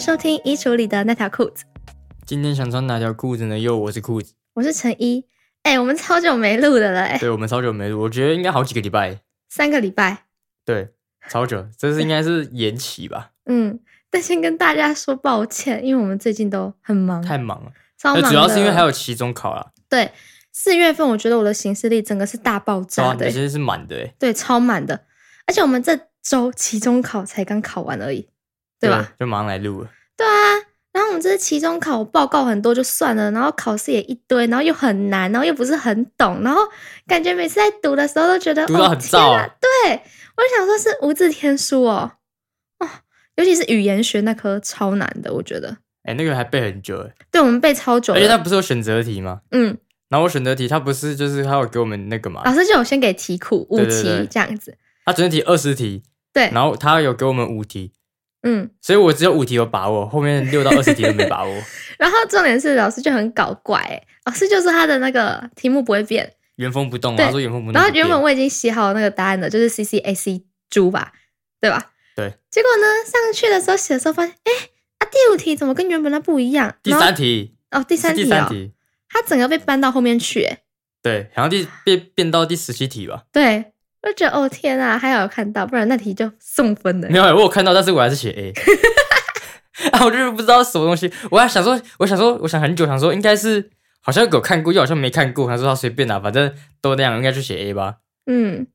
收听衣橱里的那条裤子，今天想穿哪条裤子呢？又我是 裤子，我是陈一。哎、我们超久没录的了、哎，对我们超久没录，我觉得应该好几个礼拜，三个礼拜。对，超久，这是应该是延期吧？嗯，但先跟大家说抱歉，因为我们最近都很忙，太忙了，嗯超忙那的。主要是因为还有期中考啊啦，对四月份，我觉得我的行事历整个是大爆对炸啊，的、有哎些是满的、欸，对，超满的。而且我们这周期中考才刚考完而已，对吧？？就马上来录了，对啊，然后我们这次期中考报告很多就算了，然后考试也一堆，然后又很难，然后又不是很懂，然后感觉每次在读的时候都觉得读到很燥哦天啊对，我就想说是无字天书哦，哦，尤其是语言学那科超难的，我觉得。哎、那个还背很久、欸，对我们背超久而且它的，不是有选择题吗？嗯，然后我选择题它不是就是它有给我们那个嘛，老师就有先给题库五对对题对这样子，它选择题二十题，对，然后它有给我们五题，嗯，所以我只有五题有把握，后面六到二十题都没把握， 然后重点是老师就很搞怪、欸，老师就说他的那个题目不会变，原封不动啊，对他说原封不动不然变。后原本我已经写好那个答案了，就是 C C A C 猪吧，对吧？对。结果呢，上去的时候写的时候发现，哎、啊，第五题怎么跟原本的不一样？第然后三题，哦，第三是题第哦三，题，它整个被搬到后面去，哎，对，好像第变变到第十七题吧。对，我就觉得哦天啊，还好有看到，不然那题就送分了没。有，我有看到，但是我还是写 A。啊，我 就是不知道什么东西，我还想说，我想说，我想很久，想说应该是好像有看过，又好像没看过，他说他随便啦，反正都那样，应该就写 A 吧。嗯，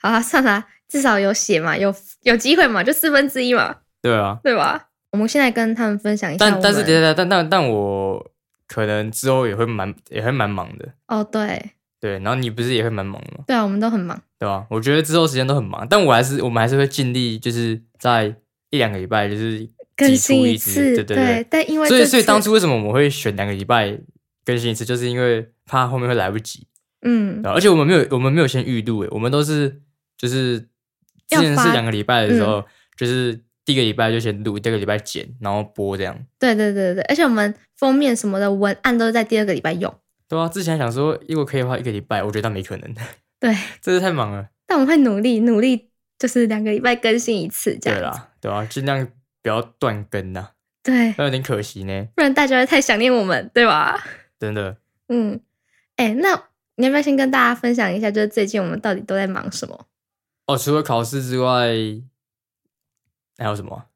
好啊，算了，至少有写嘛，有有机会嘛，就四分之一嘛，对啊，对吧？我们现在跟他们分享一下我但们，但是对对，但但但我可能之后也会蛮也会蛮忙的，哦，对对。然后你不是也会蛮忙的吗？对啊，我们都很忙，对吧、我觉得之后时间都很忙，但我还是我们还是会尽力，就是在一两个礼拜就是更挤新出一支次，对对对。但因为所以这所以次当初为什么我们会选两个礼拜更新一次，就是因为怕后面会来不及。嗯对，啊而且我们没有，我们没有先预录，欸诶，我们都是就是之要前发嗯是两个礼拜的时候，就是第一个礼拜就先录，第二个礼拜剪，然后播这样。对对对对对，而且我们封面什么的文案都是在第二个礼拜用。对啊，之前想说如果可以的话，一个礼拜，我觉得没可能， 对，真是太忙了。但我们会努力努力，就是两个礼拜更新一次这对样子。啦，对啊，尽量不要断更呐、对，那有点可惜呢，不然大家会太想念我们，对吧？真的。嗯，哎，那你要不要先跟大家分享一下，就是最近我们到底都在忙什么？哦，除了考试之外，还有什么啊？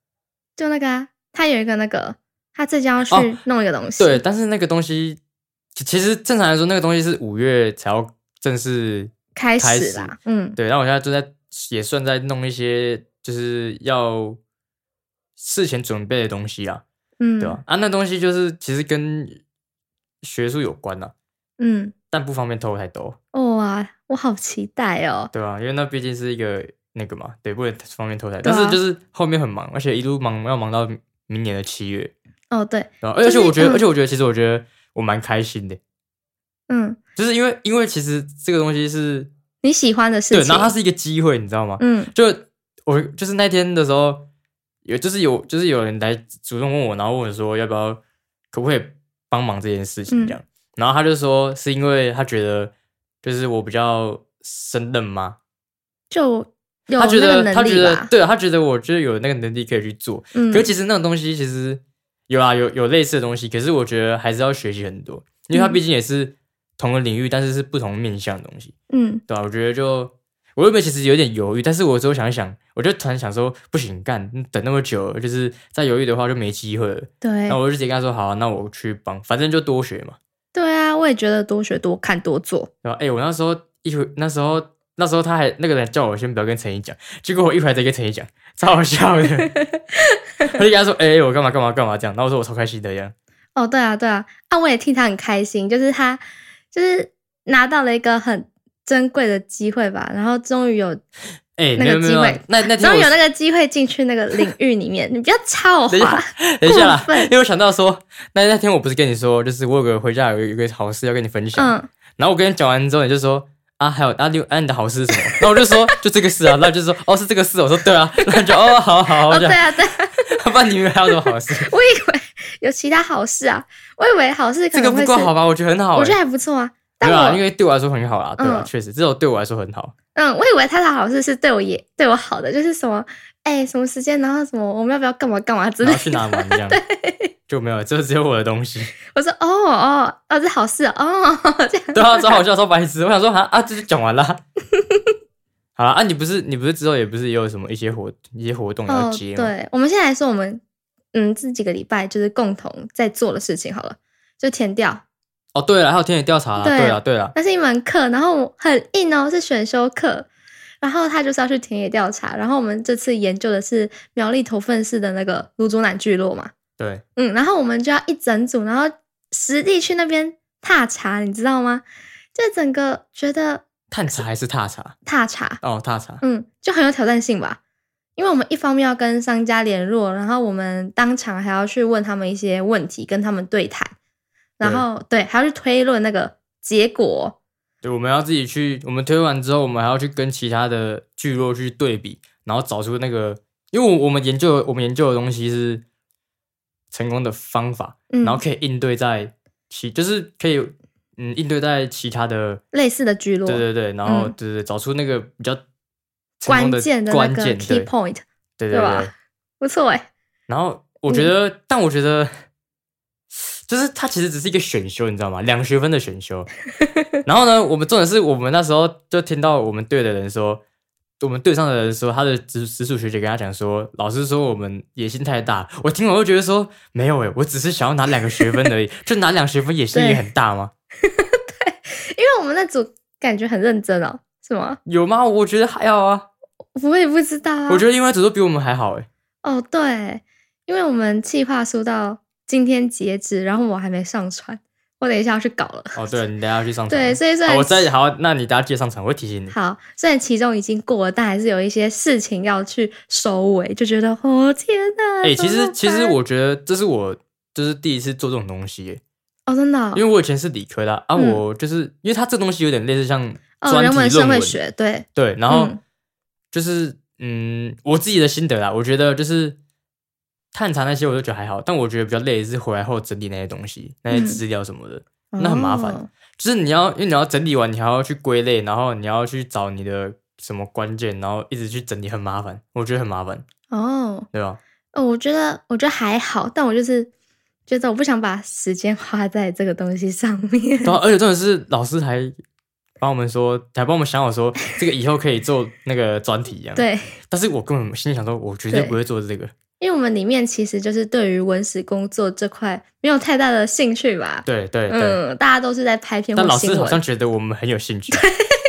就那个、啊，他有一个那个，他最近要去哦弄一个东西，对，但是那个东西，其其实正常来说，那个东西是五月才要正式开开始始啦，嗯，对，然后我现在正在也算在弄一些就是要事前准备的东西啊，嗯，对吧、啊？那东西就是其实跟学术有关啊，嗯，哦但不方便透太多，哇，我好期待哦，对吧、因为那毕竟是一个那个嘛，对，不能方便透太对多。啊但是就是后面很忙，而且一路忙要忙到明年的七月，哦对，对就吧、而且是我觉得，嗯而且我觉得，其实我觉得我蛮开心的，嗯，就是因为因为其实这个东西是你喜欢的事对，情，然后它是一个机会，你知道吗？嗯就我就是那天的时候，有就是有就是有人来主动问我，然后问我说要不要可不可以帮忙这件事嗯情这样，然后他就说是因为他觉得就是我比较胜任吗？就有他觉那得个他能觉力得吧，对，他觉得我就是有那个能力可以去做，嗯可是其实那种东西其实有啊，有有类似的东西，可是我觉得还是要学习很多，因为它嗯毕竟也是同个领域，但是是不同面向的东西。嗯。对啊，我觉得就我原本其实有点犹豫，但是我之后想一想，我就突然想说，不行，干等那么久了，就是再犹豫的话就没机会了。对那，我就直接跟他说，好啊、那我去帮，反正就多学嘛，对啊，我也觉得多学多看多做，对吧、哎、我那时候一回那时候那时候他还那个人叫我先不要跟陈怡讲，结果我一回来再跟陈怡讲，超好 笑的。我就跟他说，哎、我干嘛干嘛干嘛这样，然后我说我超开心的一样，哦，对啊，对啊，啊，我也替他很开心，就是他就是拿到了一个很珍贵的机会吧，然后终于有哎、那没个有没有机没会有，那那天终于有我那个机会进去那个领域里面，你不要插我等一话下，等一下啦过，分因为我想到说，那那天我不是跟你说，就是我有个回家有有个好事要跟你分享，嗯，然后我跟你讲完之后，你就说啊，还有啊，你啊你的好事是什么？ 然后我就说就这个事啊，然后就说哦是这个事，我说对啊， 然后就哦好好，哦，我对讲，啊，对啊，不然你们还有什么 好事？我以为有其他好事啊，我以为好事可这个能会不是，够好吧？我觉得很好、欸，我觉得还不错啊，但没有啊，我因为对我来说很好啦，对啊，嗯确实，这首对我来说很好。嗯，我以为他的好事是对我也对我好的，就是什么哎、什么时间，然后什么我们要不要干嘛干嘛之然类后去哪的。玩这 样，就没有，这只有我的东西。 我说哦哦哦，这好事哦哦，这样对啊，超好笑，超白痴。我想说，啊啊，这就讲完啦。 好啦，啊，你不是你不是之后也不是也有什么一些活一些活动要哦接吗？对，我们现在来说我们嗯这几个礼拜就是共同在做的事情好了，就填掉。哦，对了，还有田野调查啦，对对了，对了，那是一门课，然后很硬哦，是选修课。然后他就是要去田野调查，然后我们这次研究的是苗栗头份市的那个卢竹南聚落嘛，对，嗯，然后我们就要一整组，然后实地去那边踏查，你知道吗？就整个觉得探查还是踏查？踏查，哦，踏查。嗯，就很有挑战性吧。因为我们一方面要跟商家联络，然后我们当场还要去问他们一些问题，跟他们对谈，然对后对，还要去推论那个结果，对，我们要自己去，我们推完之后，我们还要去跟其他的聚落去对比，然后找出那个，因为我我们研究的我们研究的东西是成功的方法，嗯，然后可以应对在其就是可以嗯应对在其他的类似的聚落，对对对，然后嗯对对对，找出那个比较成功关键的那关个键 key 对 point，对对对吧对。不错哎、然后我嗯觉得，但我觉得就是它其实只是一个选修，你知道吗？两学分的 选修。然后呢，我们重点是我们那时候就听到我们队的人说，我们队上的人说，他的直直属学姐跟他讲说，老师说我们野心太大。我听完就觉得说，没有诶、欸我只是想要拿两个学分而已， 就拿两学分野心也很大吗？因为我们那组感觉很认真哦，是吗？有吗？我觉得还好啊，我也不知道啊，我觉得另外组都比我们还好诶、欸哦，对，因为我们计划书到今天截止，然后我还没上传，我等一下要去搞了。哦，对，你等一下要去上场。对，所以虽好然我再好，那你等一下记得上场，我会提醒你。好，虽然其中已经过了，但还是有一些事情要去收尾，就觉得哦天哪！哎、怎其么实其实办我觉得这是我就是第一次做这种东西耶，哦真的哦、因为我以前是理科的啊，嗯我就是、因为它这东西有点类似像专哦人题文论文，社会学对，对，然后嗯就是嗯，我自己的心得啦，我觉得就是探查那些我就觉得还好，但我觉得比较累的是回来后整理那些东西、那些嗯资料什么的，那很麻烦哦就是你要因为你要整理完，你还要去归类，然后你要去找你的什么关键，然后一直去整理，很麻烦，我觉得很麻烦，哦对吧？哦，我觉得我觉得还好，但我就是觉得我不想把时间花在这个东西上面。 对啊、而且重点是老师还帮我们说，还帮我们想 好说这个以后可以做那个专题一样。，对，但是我根本心里想说，我绝对对不会做这个。因为我们里面其实就是对于文史工作这块没有太大的兴趣吧。对对对。嗯，大家都是在拍片但或老新师好像闻，觉得我们很有兴趣，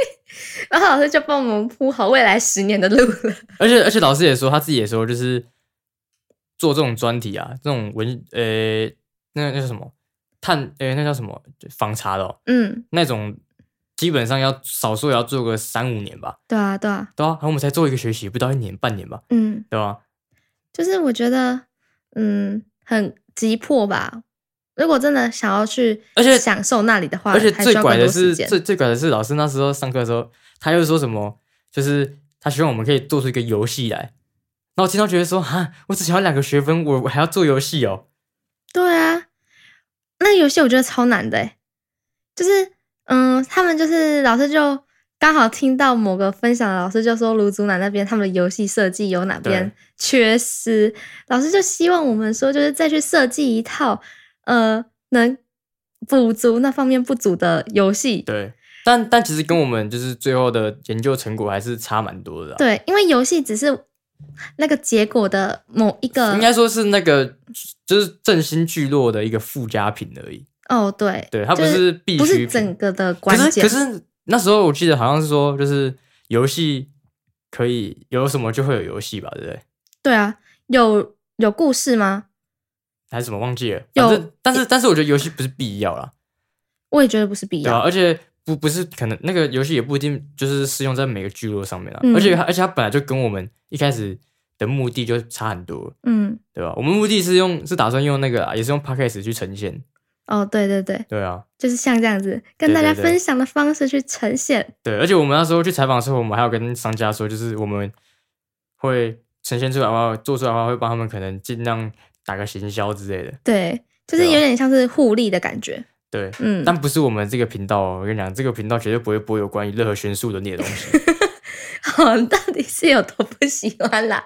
然后老师就帮我们铺好未来十年的路了。而且而且老师也说，他自己也说，就是做这种专题啊，这种文呃，那那叫什么探呃，那叫什么访查的、哦、嗯，那种，基本上要少说也要做个三五年吧，对啊，对啊，对啊，然后我们才做一个学期，不到一年半年吧，嗯，对吧、就是我觉得，嗯，很急迫吧。如果真的想要去，而且享受那里的话，而且还最需要拐更的多时是，间最最拐的是，老师那时候上课的时候，他又说什么，就是他希望我们可以做出一个游戏来。然后我听到觉得说，哈，我只想要两个学分，我我还要做游戏哦。对啊，那个游戏我觉得超难的欸，就是嗯，他们就是老师就刚好听到某个分享的老师就说卢祖南那边他们的游戏设计有哪边缺失，老师就希望我们说就是再去设计一套呃能补足那方面不足的游戏。对，但但其实跟我们就是最后的研究成果还是差蛮多的啊、对，因为游戏只是那个结果的某一个应该说是那个就是振兴聚落的一个附加品而已。哦，对对，它不就是必须不是品整个的关可是键，可是那时候我记得好像是说，就是游戏可以有什么就会有游戏吧，对不对？对啊，有有故事吗？还是什么忘记了。有反正但是但是我觉得游戏不是必要啦，我也觉得不是必对吧、啊要。而且不不是可能那个游戏也不一定就是适用在每个聚落上面啊，嗯而且它而且它本来就跟我们一开始的目的就差很多，嗯，对吧、我们目的是用是打算用那个啊，也是用 podcast 去呈现，哦，对对对，对啊，就是像这样子跟对大家对对分享的方式去呈现。对，而且我们那时候去采访的时候，我们还有跟商家说，就是我们会呈现出来的话，做出来的话会帮他们可能尽量打个行销之类的。对就是对啊有点像是互利的感觉。对，嗯，但不是我们这个频道哦。我跟你讲，这个频道绝对不会播有关于任何学术伦理的东西。好，你到底是有多不喜欢啦？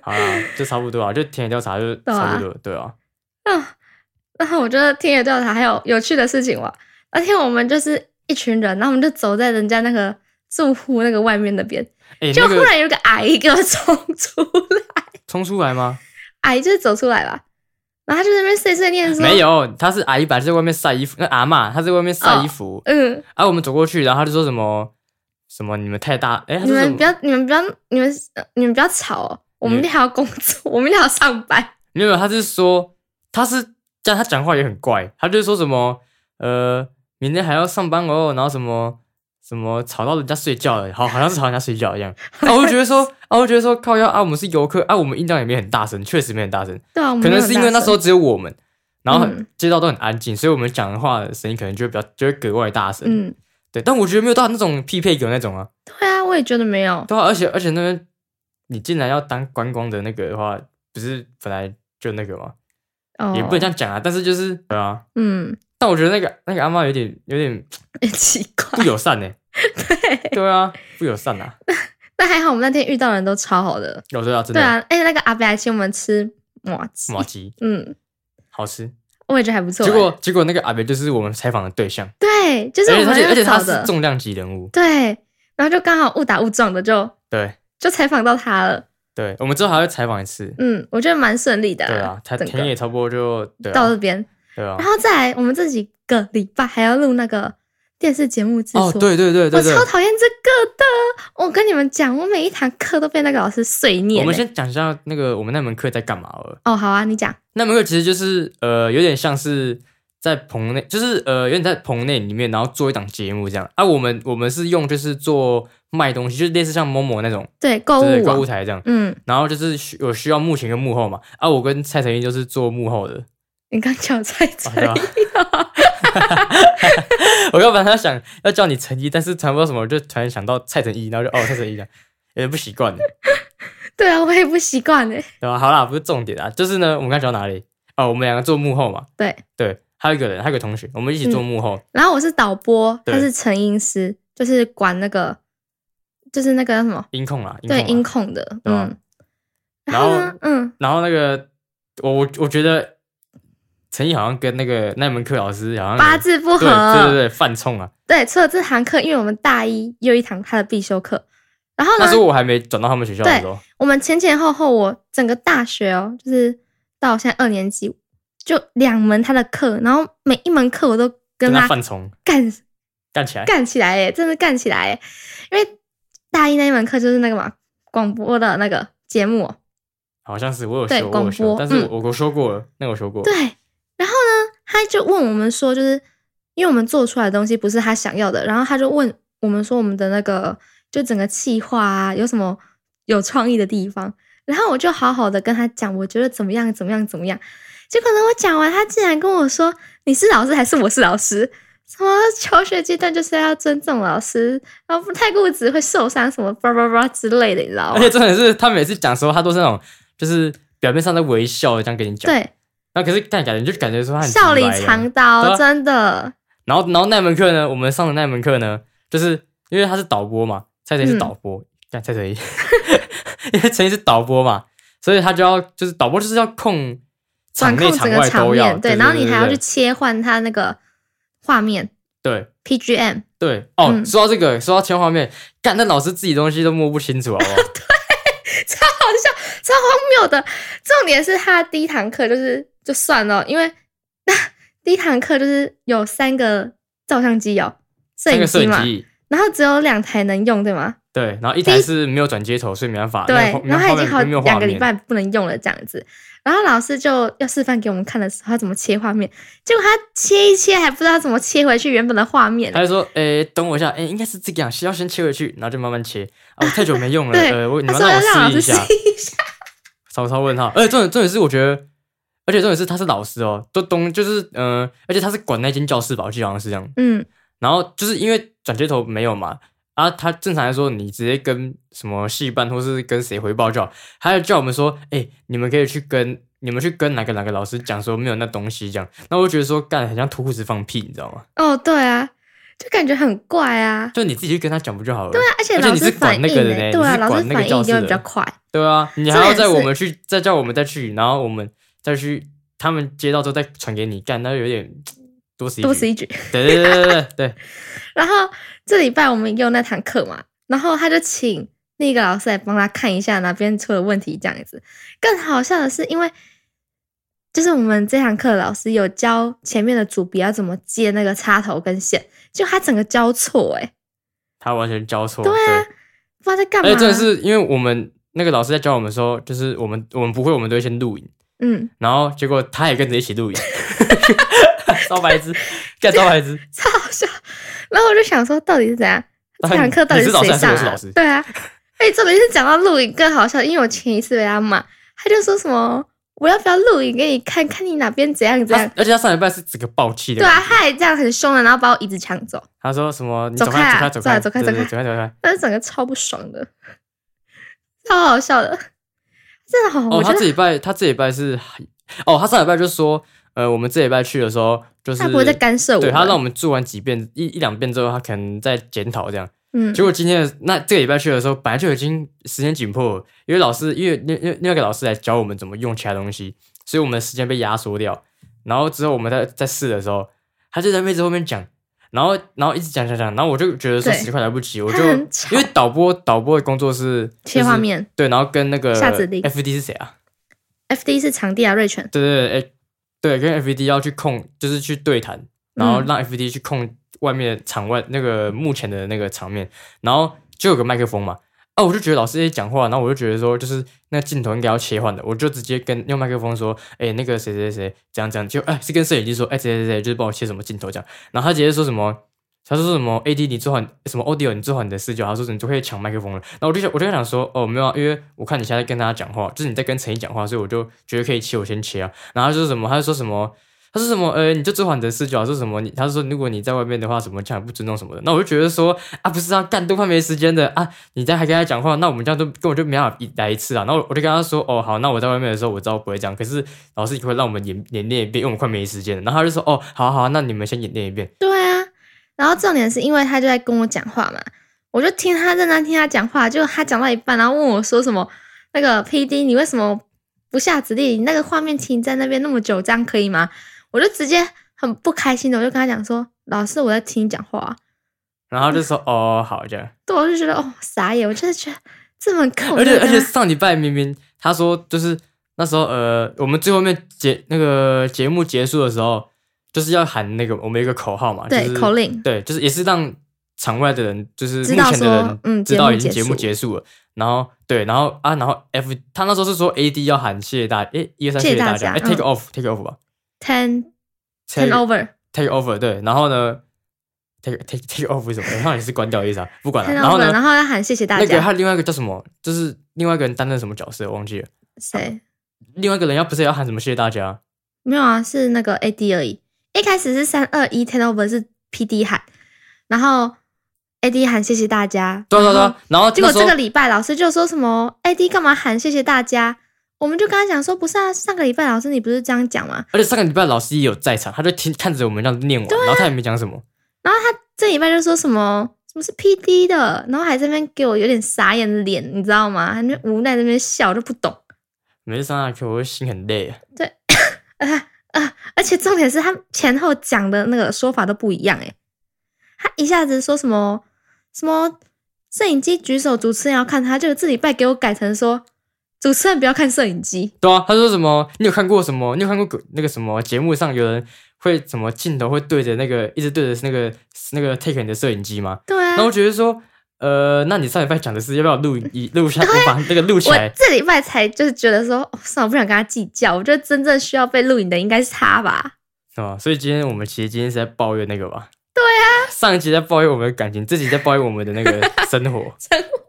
好啦，就差不多啊，就田野调查就对啊差不多，对啊，啊，然后我觉得田野调查还有有趣的事情哇。那天我们就是一群人，然后我们就走在人家那个住户那个外面那边，哎、就那忽个然有一个阿姨给我冲出来，冲出来吗？阿姨就是走出来吧，然后她就在那边碎碎念说：“没，有，他是阿姨本来就在外面晒衣服，那阿嬷她在外面晒衣服，嗯，啊，我们走过去，然后他就说什么什么你们太大，哎、她你说什们么不要，你们不要，你们呃你们不要吵哦，我们嗯明天还要工作， 我明天还要上班。没有，他是说他是这样，他讲话也很怪，他就是说什么呃，明天还要上班哦，然后什么什么吵到人家睡觉了，好好像是吵人家睡觉 一样。啊，我就觉得说，啊，我就觉得说靠腰啊，我们是游客啊，我们音量也没很大声，确实没很大声，”对啊，我们可没能有是因很为大那时候只有我们，然后很嗯街道都很安静，所以我们讲的话的声音可能就会比较就会格外大声。声，嗯，对，但我觉得没有到那种匹配狗那种啊，对啊，我也觉得没有，对啊，而且而且那边你进来要当观光的那个的话，不是本来就那个吗？哦，也不能这样讲啊，但是就是对啊，嗯，但我觉得那个那个阿妈有点有点很奇怪 不。友善呢、对啊，不友善啊，但还好我们那天遇到的人都超好的，有对啊，真对的啊，而且那个阿伯还请我们吃麻糬，麻鸡嗯，好吃。我也觉得还不错、结果结果那个阿伯就是我们采访的对象，对，就是我而且们而且要而且他找是的，重量级人物，对，然后就刚好误打误撞的就对就采访到他了，对，我们之后还会采访一次。嗯，我觉得蛮顺利的、对啊，他整田个野差不多就对到啊这，边，对啊然。后再来我们这几个礼拜还要录那个电视节目制作，哦，对对对对对我，超讨厌这个的，我跟你们讲，我每一堂课都被那个老师碎念欸、我们先讲一下那个我们那门课在干嘛了。哦，好啊，你讲，那门课其实就是呃，有点像是在棚内，就是呃，有点在棚内里面，然后做一档节目这样。啊，我们我们是用就是做卖东西，就是类似像某某那种对，购就是物购网物，台这样。嗯，然后就是需有需要幕前跟幕后嘛。啊，我跟蔡成英就是做幕后的。你刚讲在啊这对啊里。 我要本来想要叫你成一，但是突然不知道什么，就突然想到蔡成一，然后就哦蔡成一这样，有点不习惯了，对啊，我也不习惯哎。对吧、好啦，不是重点啊，就是呢，我们刚讲到哪里？哦，我们两个做幕后嘛。对对，还有一个人，还有一个同学，我们一起做幕后。然后我是导播，对他是成音师，就是管那个，就是那个叫什么，音控啊啦，音控对啦音控的，对啊嗯。然然后后呢，嗯，然后那个我我我觉得陈毅好像跟那个那门课老师好像有八字不合，对对对对犯冲啊。对除了这堂课，因为我们大一又一堂他的必修课，然后那时呢，候我还没转到他们学校的时候，我们前前后后，我整个大学哦，就是到现在二年级，就两门他的课，然后每一门课我都跟跟他哎他犯冲干干起来。干起来耶，真的干起来耶！因为大一那一门课就是那个嘛，广播的那个节目哦、好像是我有对修，我广有播修，但是嗯我我说过了，那个我说过，对，然后呢，他就问我们说，就是因为我们做出来的东西不是他想要的，然后他就问我们说我们的那个就整个企划啊有什么有创意的地方，然后我就好好的跟他讲，我觉得怎么样怎么样怎么样。结果呢，我讲完，他竟然跟我说你是老师还是我是老师？什么求学阶段就是要尊重老师，然后不太固执会受伤什么叭叭叭之类的，你知道而吗且？重点是他每次讲的时候，他都是那种就是表面上在微笑这样跟你讲，对，那可是但感觉你就感觉说他很笑里直白一样藏刀，对啊真的，然后，然后那门课呢，我们上的那门课呢，就是因为他是导播嘛，蔡晨是嗯导播，干、蔡 晨一，因为陈怡是导播嘛，所以他就要就是导播就是要控场管内控整个外场都要，面，对，然后你还要去切换它那个画面对 PGM，对哦。嗯说到这个，说到切画面，干那老师自己东西都摸不清楚，好 不好？超好笑，超荒谬的。重点是他第一堂课就是就算了，因为第一堂课就是有三个照相机哦，摄那影个摄机影嘛，机，然后只有两台能用，对吗？对，然后一台是没有转接头，所以没办法，对啊那个，然后那他个已经画好面没有两画个礼面，拜不能用了这样子。然后老师就要示范给我们看的时候，他怎么切画面，结果他切一切还不知道怎么切回去原本的画面。他就说：“诶，等我一下，诶，应该是这个样，要先切回去，然后就慢慢切。啊，我太久没 用了，对呃，我你他们说要让让我老试师试一下。” 一下，超超问号。而且重点重点是，我觉得，而且重点是他是老师哦，都东就是嗯、呃而且他是管那间教室吧，我记得好像是这样。 嗯，然后就是因为转接头没有嘛，啊，他正常来说你直接跟什么戏班或是跟谁汇报就好，他就叫我们说，哎、你们可以去跟。你们去跟哪个哪个老师讲说没有那东西这样，那我就觉得说干很像脱裤子放屁，你知道吗？哦，对啊，就感觉很怪啊。就你自己去跟他讲不就好了？对对啊，而且老你师是反应、管那欸，个的呢，对你啊，是老师管那反个教应室就会的比较快。对啊，你还这要也在我是们去再叫我们再去，然后我们再去他们接到之后再传给你干，那有点多此一多举此一举。对对对对对对，然后这礼拜我们也有那堂课嘛，然后他就请那个老师来帮他看一下哪边出了问题，这样子。更好笑的是，因为就是我们这堂课的老师有教前面的主笔要怎么接那个插头跟线，就他整个交错、欸，哎，他完全交错。对啊，不知道在干嘛。啊而且哎真的是因为我们那个老师在教我们说，就是我们我们不会，我们都会先录影，嗯，然后结果他也跟着一起 录影，招白痴，干招白痴，超好笑。然后我就想说，到底是怎样？这到底堂课到底你是老师谁还是上、我啊？是老师对啊，哎，这边是讲到录影更好笑，因为我前一次被他骂，他就说什么我要不要录影给你看看你哪边怎样怎他样。而且他上礼拜是整个暴气的对感啊，觉，他还这样很凶的，然后把我椅子抢走，他说什么你走走开开啊走走啊开走开对对对走走开走开。但是整个超不爽的，超好笑的，真的好，哦，我觉他得这礼拜他这礼拜是，哦，他上礼拜就说，呃，我们这礼拜去的时候就是他不会再干涉我对们他让我们做完几遍一一两遍之后，他可能在检讨这样。嗯结，果今天的那这个礼拜去的时候，本来就已经时间紧迫了，因为老师因为另另另外一个老师来教我们怎么用其他东西，所以我们的时间被压缩掉。然后之后我们在在试的时候，他就在妹子后面讲，然后然后一直讲讲讲，然后我就觉得说对时间快来不及，我 他就很吵因为导播导播的工作是切画，面就是对，然后跟那个下指令 FD 是谁啊？ ，FD 是场地啊，瑞全，对对对，哎对，跟 FVD 要去控，就是去对谈，然后嗯让 FVD 去控外面场外那个目前的那个场面，然后就有个麦克风嘛。啊，我就觉得老师在讲话，然后我就觉得说，就是那镜头应该要切换的，我就直接跟用麦克风说，哎、那个谁谁谁怎样怎样，就哎、是跟摄影机说，哎、谁谁谁就是帮我切什么镜头这样，然后他直接说什么，他说什么 AD 你做好你什么 audio 你做好你的视角，他说你就可以抢麦克风了。然后我就想，我就想说，哦，没有、啊，因为我看你现在在跟他讲话，就是你在跟陈毅讲话，所以我就觉得可以切，我先切啊。然后他说什么？他就说什么？他说什么？呃，你就做好你的视角，说什么？你他说如果你在外面的话，什么这样不尊重什么的。那我就觉得说啊，不是啊，干都快没时间的啊，你再还跟他讲话，那我们这样都根本就没办法一来一次啊。然后我就跟他说，哦，好，那我在外面的时候我知道不会这样，可是老师也会让我们演演练一遍，因为我们快没时间了。然后他就说，哦，好好，那你们先演练一遍。对啊，然后重点是因为他就在跟我讲话嘛，我就听他在那听他讲话，就他讲到一半，然后问我说什么那个 PD 你为什么不下指令？你那个画面停在那边那么久，这样可以吗？我就直接很不开心的，我就跟他讲说，老师我在听你讲话啊、然后他就说，哦，好这样。对，我就觉得哦傻眼，我真的觉得这门课我而真且的而跟且他，上礼拜明明他说就是那时候呃，我们最后面节那个节目结束的时候，就是要喊那个我们有一个口号嘛，对就是口令对，就是也是让场外的人就是知目道前的说人嗯知节道目已经结节目束结束了，然后对，然后啊，然后 F 他那时候是说 AD 要喊谢谢大诶一二三谢谢谢谢大大家家，哎 take 嗯 off take off 吧 ten ten take over take over 对，然后呢 take take take off 是什么？然后也是关掉的意思啊，不管了， ten 然后 over，呢然后要喊谢谢大那个家，他另外一个叫什么？就是另外一个人担任什么角色？我忘记了。谁另外一个人要不是也要喊什么谢谢大家？没有啊，是那个 AD 而已。一开始是三二一 ten over 是 PD 喊，然后 AD 喊谢谢大家，对啊对啊对然后啊，然后哦结果那时这候个礼拜老师就说什么 AD 干嘛喊谢谢大家？我们就跟他讲说，不是啊，上个礼拜老师你不是这样讲吗？而且上个礼拜老师也有在场，他就听看着我们这样念完，然后他也没讲什么。然后他这礼拜就说什么什么是 PD 的，然后还在那边给我有点傻眼的脸，你知道吗？还在那边无奈在那边笑，我就不懂。每次上大课我会心很累，啊啊！而且重点是他前后讲的那个说法都不一样诶，欸他一下子说什么什么摄影机举手，主持人要看他，就这礼拜给我改成说主持人不要看摄影机，对啊，他说什么？你有看过什么？你有看过那个什么节目上有人会什么镜头会对着那个一直对着那个那个 take 你的摄影机吗？对啊然，后我觉得说，呃，那你上礼拜讲的是要不要录一录下，我把那个录起啊我来？这礼拜才就是觉得说，哦、算了，我不想跟他计较，我觉得真正需要被录影的应该是他吧。是吧？所以今天我们其实今天是在抱怨那个吧？对啊，上一集在抱怨我们的感情，这集在抱怨我们的那个生 活。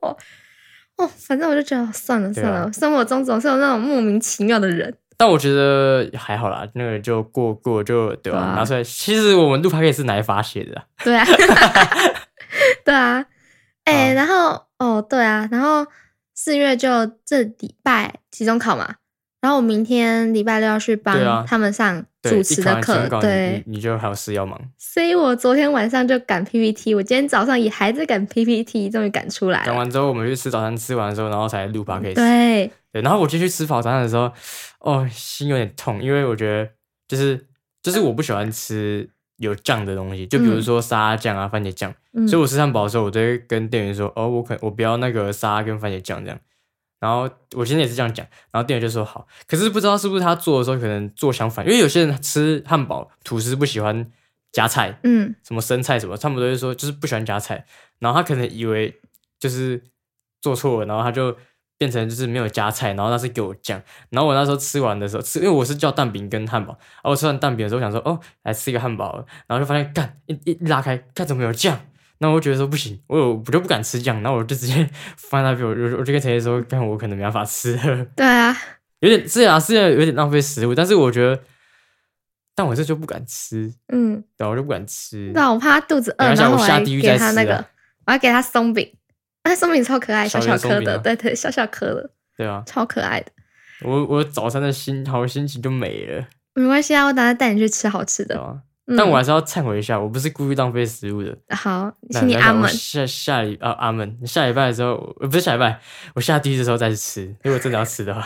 哦，反正我就觉得哦算了对算啊了，生活中总是有那种莫名其妙的人，但我觉得还好啦，那个就过过就对吧、对啊拿出来，其实我们录 p o d 是拿来发泄的啊， 对 啊，对啊，哎、好然后哦，对啊，然后四月就这礼拜期中考嘛，然后我明天礼拜六要去对帮啊他们上对，主一持考的完课期末，考对，你你你就还有事要忙。所以我昨天晚上就赶 PPT，我今天早上也还在赶 PPT，终于赶出来赶了。完之后，我们去吃早餐，吃完之后，然后才录 p o d c a s 哎嗯对，对，然后我进去吃法餐的时候，哦，心有点痛，因为我觉得就是就是我不喜欢吃有酱的东西，就比如嗯说沙拉酱啊、番茄酱，嗯，所以我吃汉堡的时候，我都会跟店员说，哦，我可我不要那个沙拉跟番茄酱这样。然后我现在也是这样讲，然后店员就说好，可是不知道是不是他做的时候可能做相反，因为有些人吃汉堡吐司不喜欢加菜，嗯什么生菜什么，他们都会说就是不喜欢加菜，然后他可能以为就是做错了，然后他就变成就是没有加菜，然后那是给我酱，然后我那时候吃完的时候吃，因为我是叫蛋饼跟汉堡，然后我吃完蛋饼的时候我想说哦来吃一个汉堡了，然后就发现干一一一拉开，看怎么有酱。那我就觉得说不行，我有我就不敢吃酱，然后我就直接 放在那边，我就我就跟陈杰说，干我可能没办法吃了，对啊，有点是啊是啊有点浪费食物，但是我觉得，但我这就不敢吃，嗯，对啊，我就不敢吃。那我怕他肚子饿，没关系啊然后我下还地狱给再他吃那个啊，我还给他松饼， 那松饼超可爱，小小校园颗松饼的，啊对对，小小颗的，对啊，超可爱的。我我早餐的心好心情就没了，没关系啊，我等下带你去吃好吃对的。吧？嗯哦但我还是要忏悔一下，我不是故意浪费食物的。好，那请你那阿我门。下下礼啊阿门，下礼拜的时候呃不是下礼拜，我下地狱的时候再去吃，如果真的要吃的 话。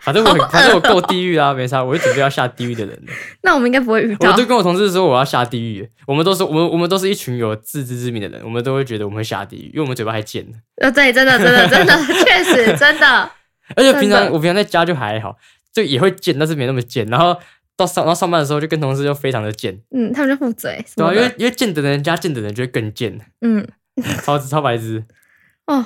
反正我很反正我够地狱啊，没差，我就准备要下地狱的人了。那我们应该不会遇到我。就跟我同事说我要下地狱，我们都是我们我们都是一群有自知之明的人，我们都会觉得我们会下地狱，因为我们嘴巴还贱呢。呃，对，真的，真的， 真的，确实，真的，而且平真常的我平常在家就还好，就也会贱，但是没那么贱。然后到上然后上班的时候就跟同事就非常的贱，嗯，他们就负嘴，什对么啊，因为的，因为贱的人加贱的人就会更贱， 嗯，超超白痴。哦，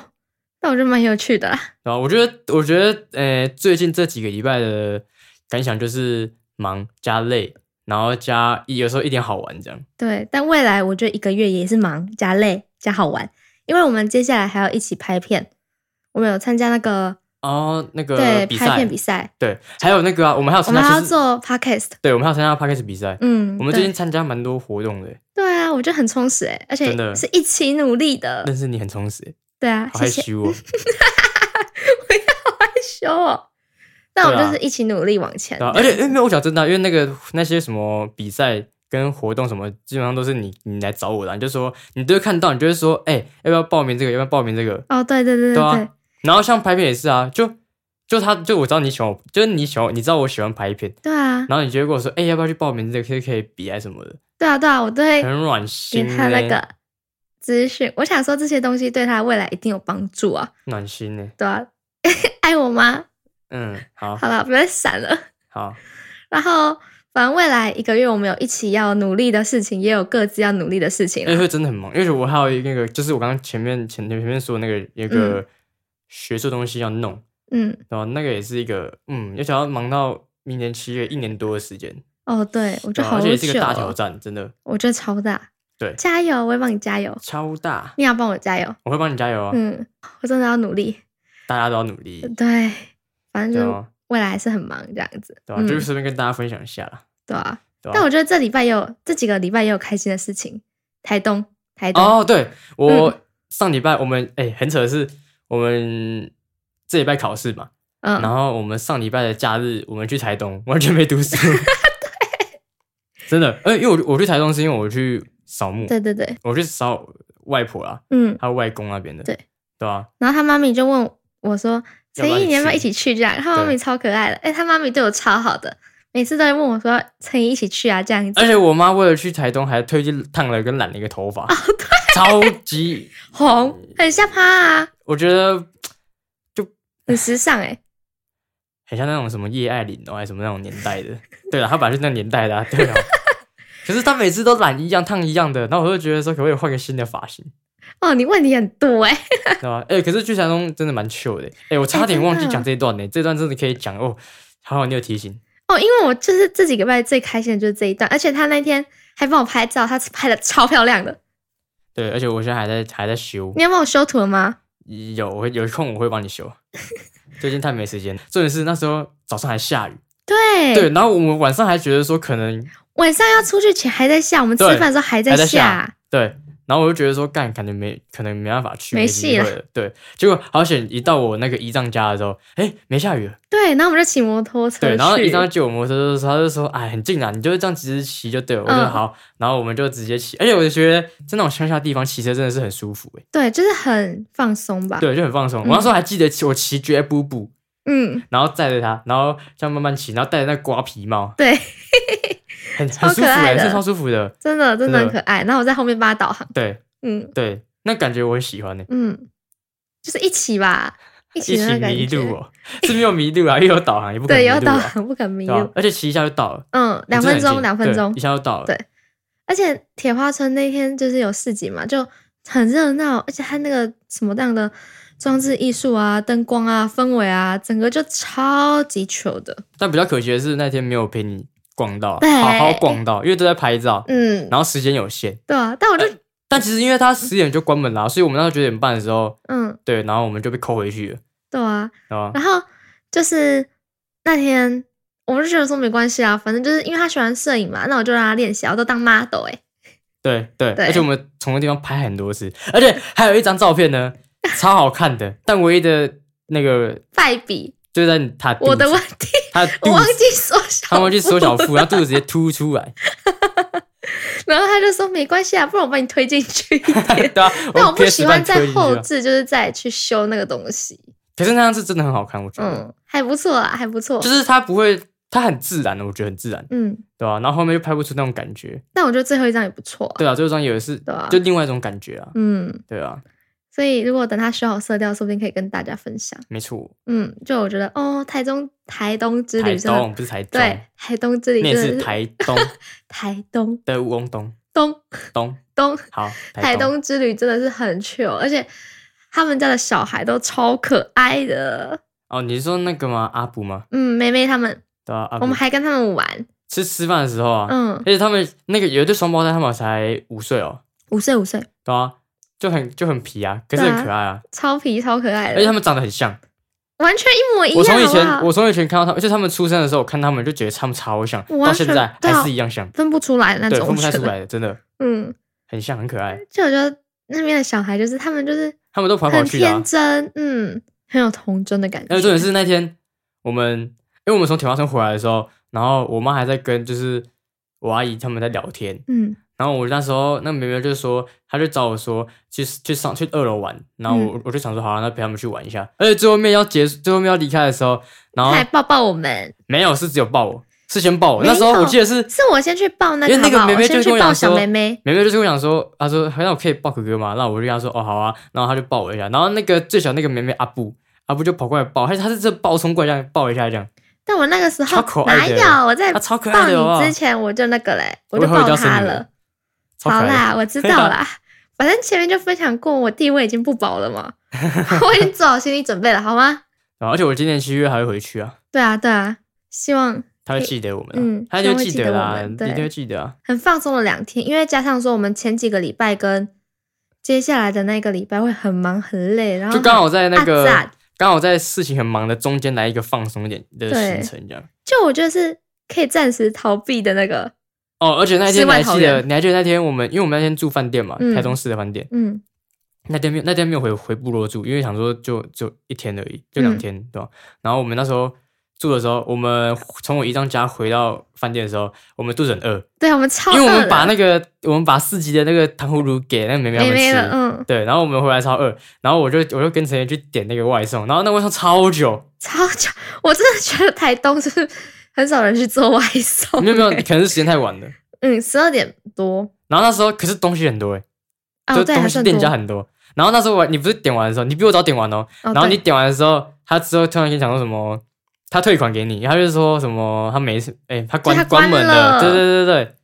那我觉得蛮有趣的啦，然后我觉得我觉得呃最近这几个礼拜的感想就是忙加累，然后加有时候一点好玩这样。对，但未来我觉得一个月也是忙加累加好玩，因为我们接下来还要一起拍片，我们有参加那个、哦，那个对比拍赛片比，赛，对，还有那个啊，我们还有我参们加，还要其实做 podcast，对，我们还有参加 p a c k a g e 比赛。嗯，我们最近对参加蛮多活动的，对啊，我觉得很充实哎、而且真的是一起努力的，认识你很充实，对啊，好谢害谢，羞哦。不要害羞哦，但我们对啊就是一起努力往前， 对啊，而且因为我讲真的啊，因为那个那些什么比赛跟活动什么，基本上都是你你来找我的啊，你就说你都会看到，你就会说，哎、要不要报名这个？要不要报名这个？哦，对对对对对啊对，然后像拍片也是啊，就就他就我知道你喜欢我，就是你喜欢，你知道我喜欢拍片，对啊，然后你就会跟我说，哎、要不要去报名这个？可以可以比啊什么的，对啊，对啊，我对很软给心、他欸，那个资讯。我想说这些东西对他未来一定有帮助啊，暖心呢、欸对啊， 爱我吗？嗯，好好了，不要再闪了。好，然后，反正未来一个月我们有一起要努力的事情，也有各自要努力的事情因为啊。会真的很忙，因为我还有一个那个，就是我刚刚前面前前面说的那个有一个学术东西要弄。嗯，然后啊那个也是一个，嗯，而且要忙到明年七月一年多的时间，哦，对，我觉得对啊好而且也是一久个大挑哦，战，真的我觉得超大。对加油！我会帮你加油，超大。你要帮我加油。我会帮你加油啊，嗯，我真的要努力。大家都要努力，对，反正就对是啊，未来还是很忙这样子。对啊，嗯就是顺便跟大家分享一下啦，对啊。对但我吧？觉得这礼拜也有这几个礼拜也有开心的事情，台东，台东，哦，对嗯我上礼拜我们哎很扯的是，我们这礼拜考试嘛，嗯，然后我们上礼拜的假日我们去台东，完全没 读书，真的，呃，因为我我去台东是因为我去扫墓，对对对，我去扫外婆啦，嗯，还有外公那边的，对，对啊，然后他妈咪就问我说：“要陈不要毅，一你要不要起一起去？”这样，他妈咪对超可爱的，哎、他妈咪对我超好的，每次都会问我说：“陈毅一起去啊？”这样子 而，且我妈为了去台东，还特地烫了跟染了一个头发，超级，红很像趴啊，我觉得很时尚哎、很像那种什么叶爱玲哦，还是什么那种年代的。对了，她本来就那个年代的、啊，对啊。可是她每次都染一样、烫一样的，然后我就觉得说，可不可以换个新的发型，哦，你问题很多哎、对吧？哎、可是去台东真的蛮 chill 的、哎、我差点忘记讲这一段呢、这段真的可以讲哦。还好你有提醒，哦，因为我就是这几个礼拜最开心的就是这一段，而且他那天还帮我拍照，他拍的超漂亮的。对，而且我现在还在还在修你，要帮我修图了吗？有我会有空我会帮你修。最近太没时间，重点是那时候早上还下雨，对，对，然后我们晚上还觉得说可能晚上要出去前还在下，我们吃对饭的时候还在还在下下，对，然后我就觉得说，干，感觉没可能没办法去，没没戏机会了。对，结果好险，一到我那个姨丈家的时候，哎，没下雨了。对，然后我们就骑摩托车去，对，然后姨丈借我摩托车的时候，他就说，哎，很近啊，你就这样直直骑就对了。我说嗯好，然后我们就直接骑。而且哎我就觉得，在那种乡下地方骑车真的是很舒服、欸，对，就是很放松吧。，对，就很放松。我那时候还记得骑我骑绝步步，嗯，然后载着它，然后这样慢慢骑，然后戴着那瓜皮帽，对，很超很舒服、可爱欸，的是超舒服的。真的真的很可真的爱。然后我在后面帮他导航，对嗯对，那感觉我很喜欢呢、哎嗯，就是一起 吧，一起一的那起个感迷觉。路哦、 是没有迷路啊，因为有导航，也不可能对，有迷路、导啊，航不肯迷对吧路，而且骑一下就到了，嗯，两真分的很钟，近两分对钟一。下就到了。对而且铁花村那天就是有市集嘛，就很热闹，而且它那个什么样的装置艺术啊、灯光啊、氛围啊，整个就超级球的。但比较可惜的是，那天没有陪你逛到，对好好逛到，因为都在拍照，嗯，然后呃时间有限。对啊，但我就、但其实因为它十点就关门啦、所以我们到九点半的时候，嗯，对，然后我们就被扣回去了，对啊，知道吗？然后就是那天我就觉得说没关系啊，反正就是因为他喜欢摄影嘛，那我就让他练习啊，我都当 model 哎、对对，对而且我们同一个地方拍很多次，而且还有一张照片呢，超好看的，但唯一的那个败笔，就在他肚子我的问题， 他的肚我忘子，记缩小，他忘记缩小腹，他肚子直接凸出来，然后他就说没关系啊，不然我把你推进 去一点。 对啊，但我不贴喜纸板欢在推进去后啊置，就是再去修那个东西。可是那张是真的很好看，我觉得，嗯，还不错啊，还不错。就是他不会，他很自然的，我觉得很自然，嗯，对吧、啊然后后面又拍不出那种感觉，但我觉得最后一张也不错、啊。对啊，这张也是，对啊就另外一种感觉啊，嗯，对啊，所以如果等他修好色调，说不定可以跟大家分享。没错，嗯，就我觉得哦，台中台东之台旅真的东不是台中，对，台东这里那也真的是台 东台东的乌龙东东东，东好，台东东之旅真的是很 chill，而且他们家的小孩都超可爱的。哦，你是说那个吗？阿布吗？嗯，妹妹他们，对啊，阿布我们还跟他们玩。吃吃饭的时候啊，嗯而，且他们那个有一对双胞胎，他们才五岁哦，五岁五岁，对啊，就很就很皮啊，可是很可爱啊，超皮超可爱而且他的，们长得很像。完全一模一样。我从以好前不好我从以前看到他们，就他们出生的时候，我看他们就觉得他们超像，我完到全现在对啊还是一样像，分不出来那对，种，分不太我觉出得来的，真的嗯，很像，很可爱。就我觉得那边的小孩就是他们就是他们都跑来很跑去的啊天。真，嗯，很有童真的感觉。那重点是那天我们，因为我们从铁花村回来的时候，然后我妈还在跟就是我阿姨他们在聊天，嗯然后我那时候那妹妹就说，她就找我说去去上去二楼玩，然后嗯我、我就想说好、啊，那陪他们去玩一下。而且最后面要结束，最后面要离开的时候，然后他还抱抱我们，没有是只有抱我，是先抱我。没有那时候我记得是是我先去抱那因为那好不个好妹妹我就先跟去我抱讲小说，妹妹，妹妹就跟我讲说，啊她说哎那我可以抱哥哥吗？那我就跟她说哦好啊，然后她就抱我一下，然后那个最小那个妹妹阿布阿布就跑过来抱，她她是这抱冲过来这样抱一下这样，但我那个时超可候哪爱的有我在她超可呃抱爱的哦你之，前我就那个嘞，我我就以后一定抱要生他女儿了。超可好爱的。啦，我知道 啦，反正前面就分享过，我地位已经不保了嘛， 我已经做好心理准备了，好吗？然后而且我今年七月还会回去啊，对啊，对啊，希望她会记得我们、啊，嗯她希就望会记得得我啦，们一对定会记得啊。很放松了两天，因为加上说我们前几个礼拜跟接下来的那个礼拜会很忙很累，然后就刚好在那个啊赞刚好在事情很忙的中间来一个放松一点的对行程这样。就我觉得是可以暂时逃避的那个，哦，而且那世天你外还桃记得，源你还记得那天我们，因为我们那天住饭店嘛，嗯台中市的饭店，嗯那天没有那天没有回回部落住，因为想说就就一天而已，就嗯两天、对吧？然后我们那时候住的时候，我们从我姨丈家回到饭店的时候，我们肚子很饿，对我们超因为我饿啊们了把那个我们把四级的那个糖葫芦给那个妹妹他没们没吃。了，嗯，对，然后我们回来超饿，然后我就我就跟陈妍去点那个外送，然后那外送超久，超久，我真的觉得台东是很少人去做外送、没有没 有，欸可能是时间太晚了。嗯，十二点多然后那时候可是东西很多哎、啊，就对，东还西算店家多。很多。然后那时候我你不是点完的时候，你比我早点完哦，哦然后你对点完的时候，他之后突然跟你讲说什么，他退款给你，他就说什么他没事，哎、他关他关关门了了，对对对对。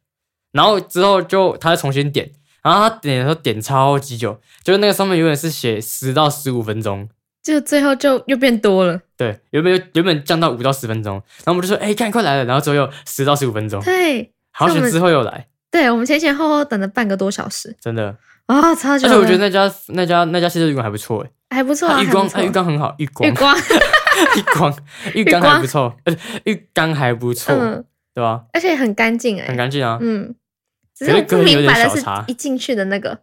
然后之后就他重新点，然后他点的时候点超级久，就是那个上面原本是写十到十五分钟，就最后就又变多了。对，原本原本降到五到十分钟，然后我们就说，哎、看快来了，然后之后又十到十五分钟，对，好那我险们之后又来，对我们前前后后等了半个多小时真的，啊、哦，超而久且的。我觉得那家那家那家汽车旅馆还不错，哎、还不错它啊，浴缸还哎浴不错缸很好，浴缸浴缸，浴缸浴缸还不错，呃浴缸还不错，嗯，对吧？而且很干净哎，很干净啊。嗯，只可是是我不个人有明点白的小是差一进去的那个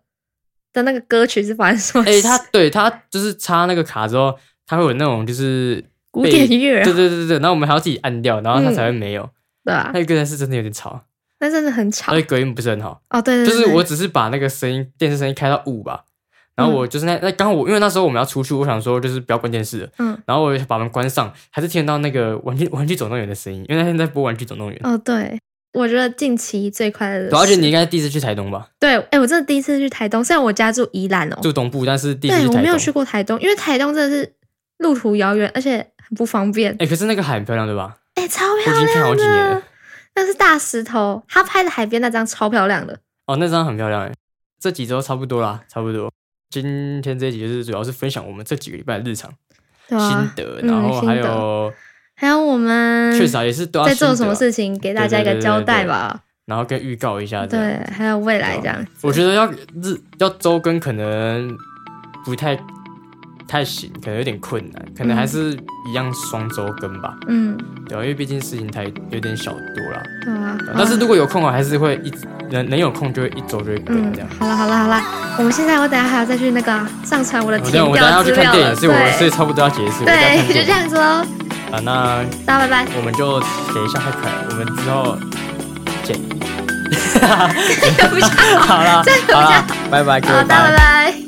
的那个歌曲是发生什么事？哎、他对他就是插那个卡之后，他会有那种就是古被典乐啊嗯对对对对，然后我们还要自己按掉，然后它才会没有。对啊，那个人是真的有点吵，啊那真的很吵而且隔音不是很好。哦。对对呃就对，是我对只是把那个声音电视声音开到五吧，然后我嗯就是那那刚好我因为那时候我们要出去，我想说就是不要关电视了，嗯然后我就把门关上，还是听得到那个玩具玩具总动员的声音，因为那天在播玩具总动员。哦，对，我觉得近期最快乐的事，对，啊而且你应该第一次去台东吧，对，哎、我真的第一次去台东，虽然我家住宜兰哦，住东部，但是第一次对去我台没有东。去过台东，因为台东真的是路途遥远，而且很不方便。哎、可是那个海很漂亮，对吧？哎、超我漂已亮啊经看好几年的了。，那是大石头，他拍的海边那张超漂亮的。哦，那张很漂亮哎。这几周差不多啦，差不多。今天这一集就是主要是分享我们这几个礼拜的日常、对心啊，得，嗯然后还心得有还有我们确实啊也是都要在做心什得么啊事情，给大家一对对个对交对代对吧。然后跟预告一下这样。对，还有未来对啊这样。我觉得要日要周更可能不太太行，可能有点困难，可能还是一样双周更吧，嗯，对啊因为毕竟事情太有点小多啦。对啊对啊。但是如果有空啊，还是会一直能能有空就会一周就会更嗯这样，。好了好了好了，我们现在我等下还要再去那个上传我的啊填我这样我等一下调要去资看料电了。影，所以我所对以差不多要结束。我等一下对看，就电这影样子喽。啊，那大家拜拜。我们就等一下再看，我们之后见。对不起，好啦，这个比较 哦好啦，拜拜，各位，好，大家拜拜。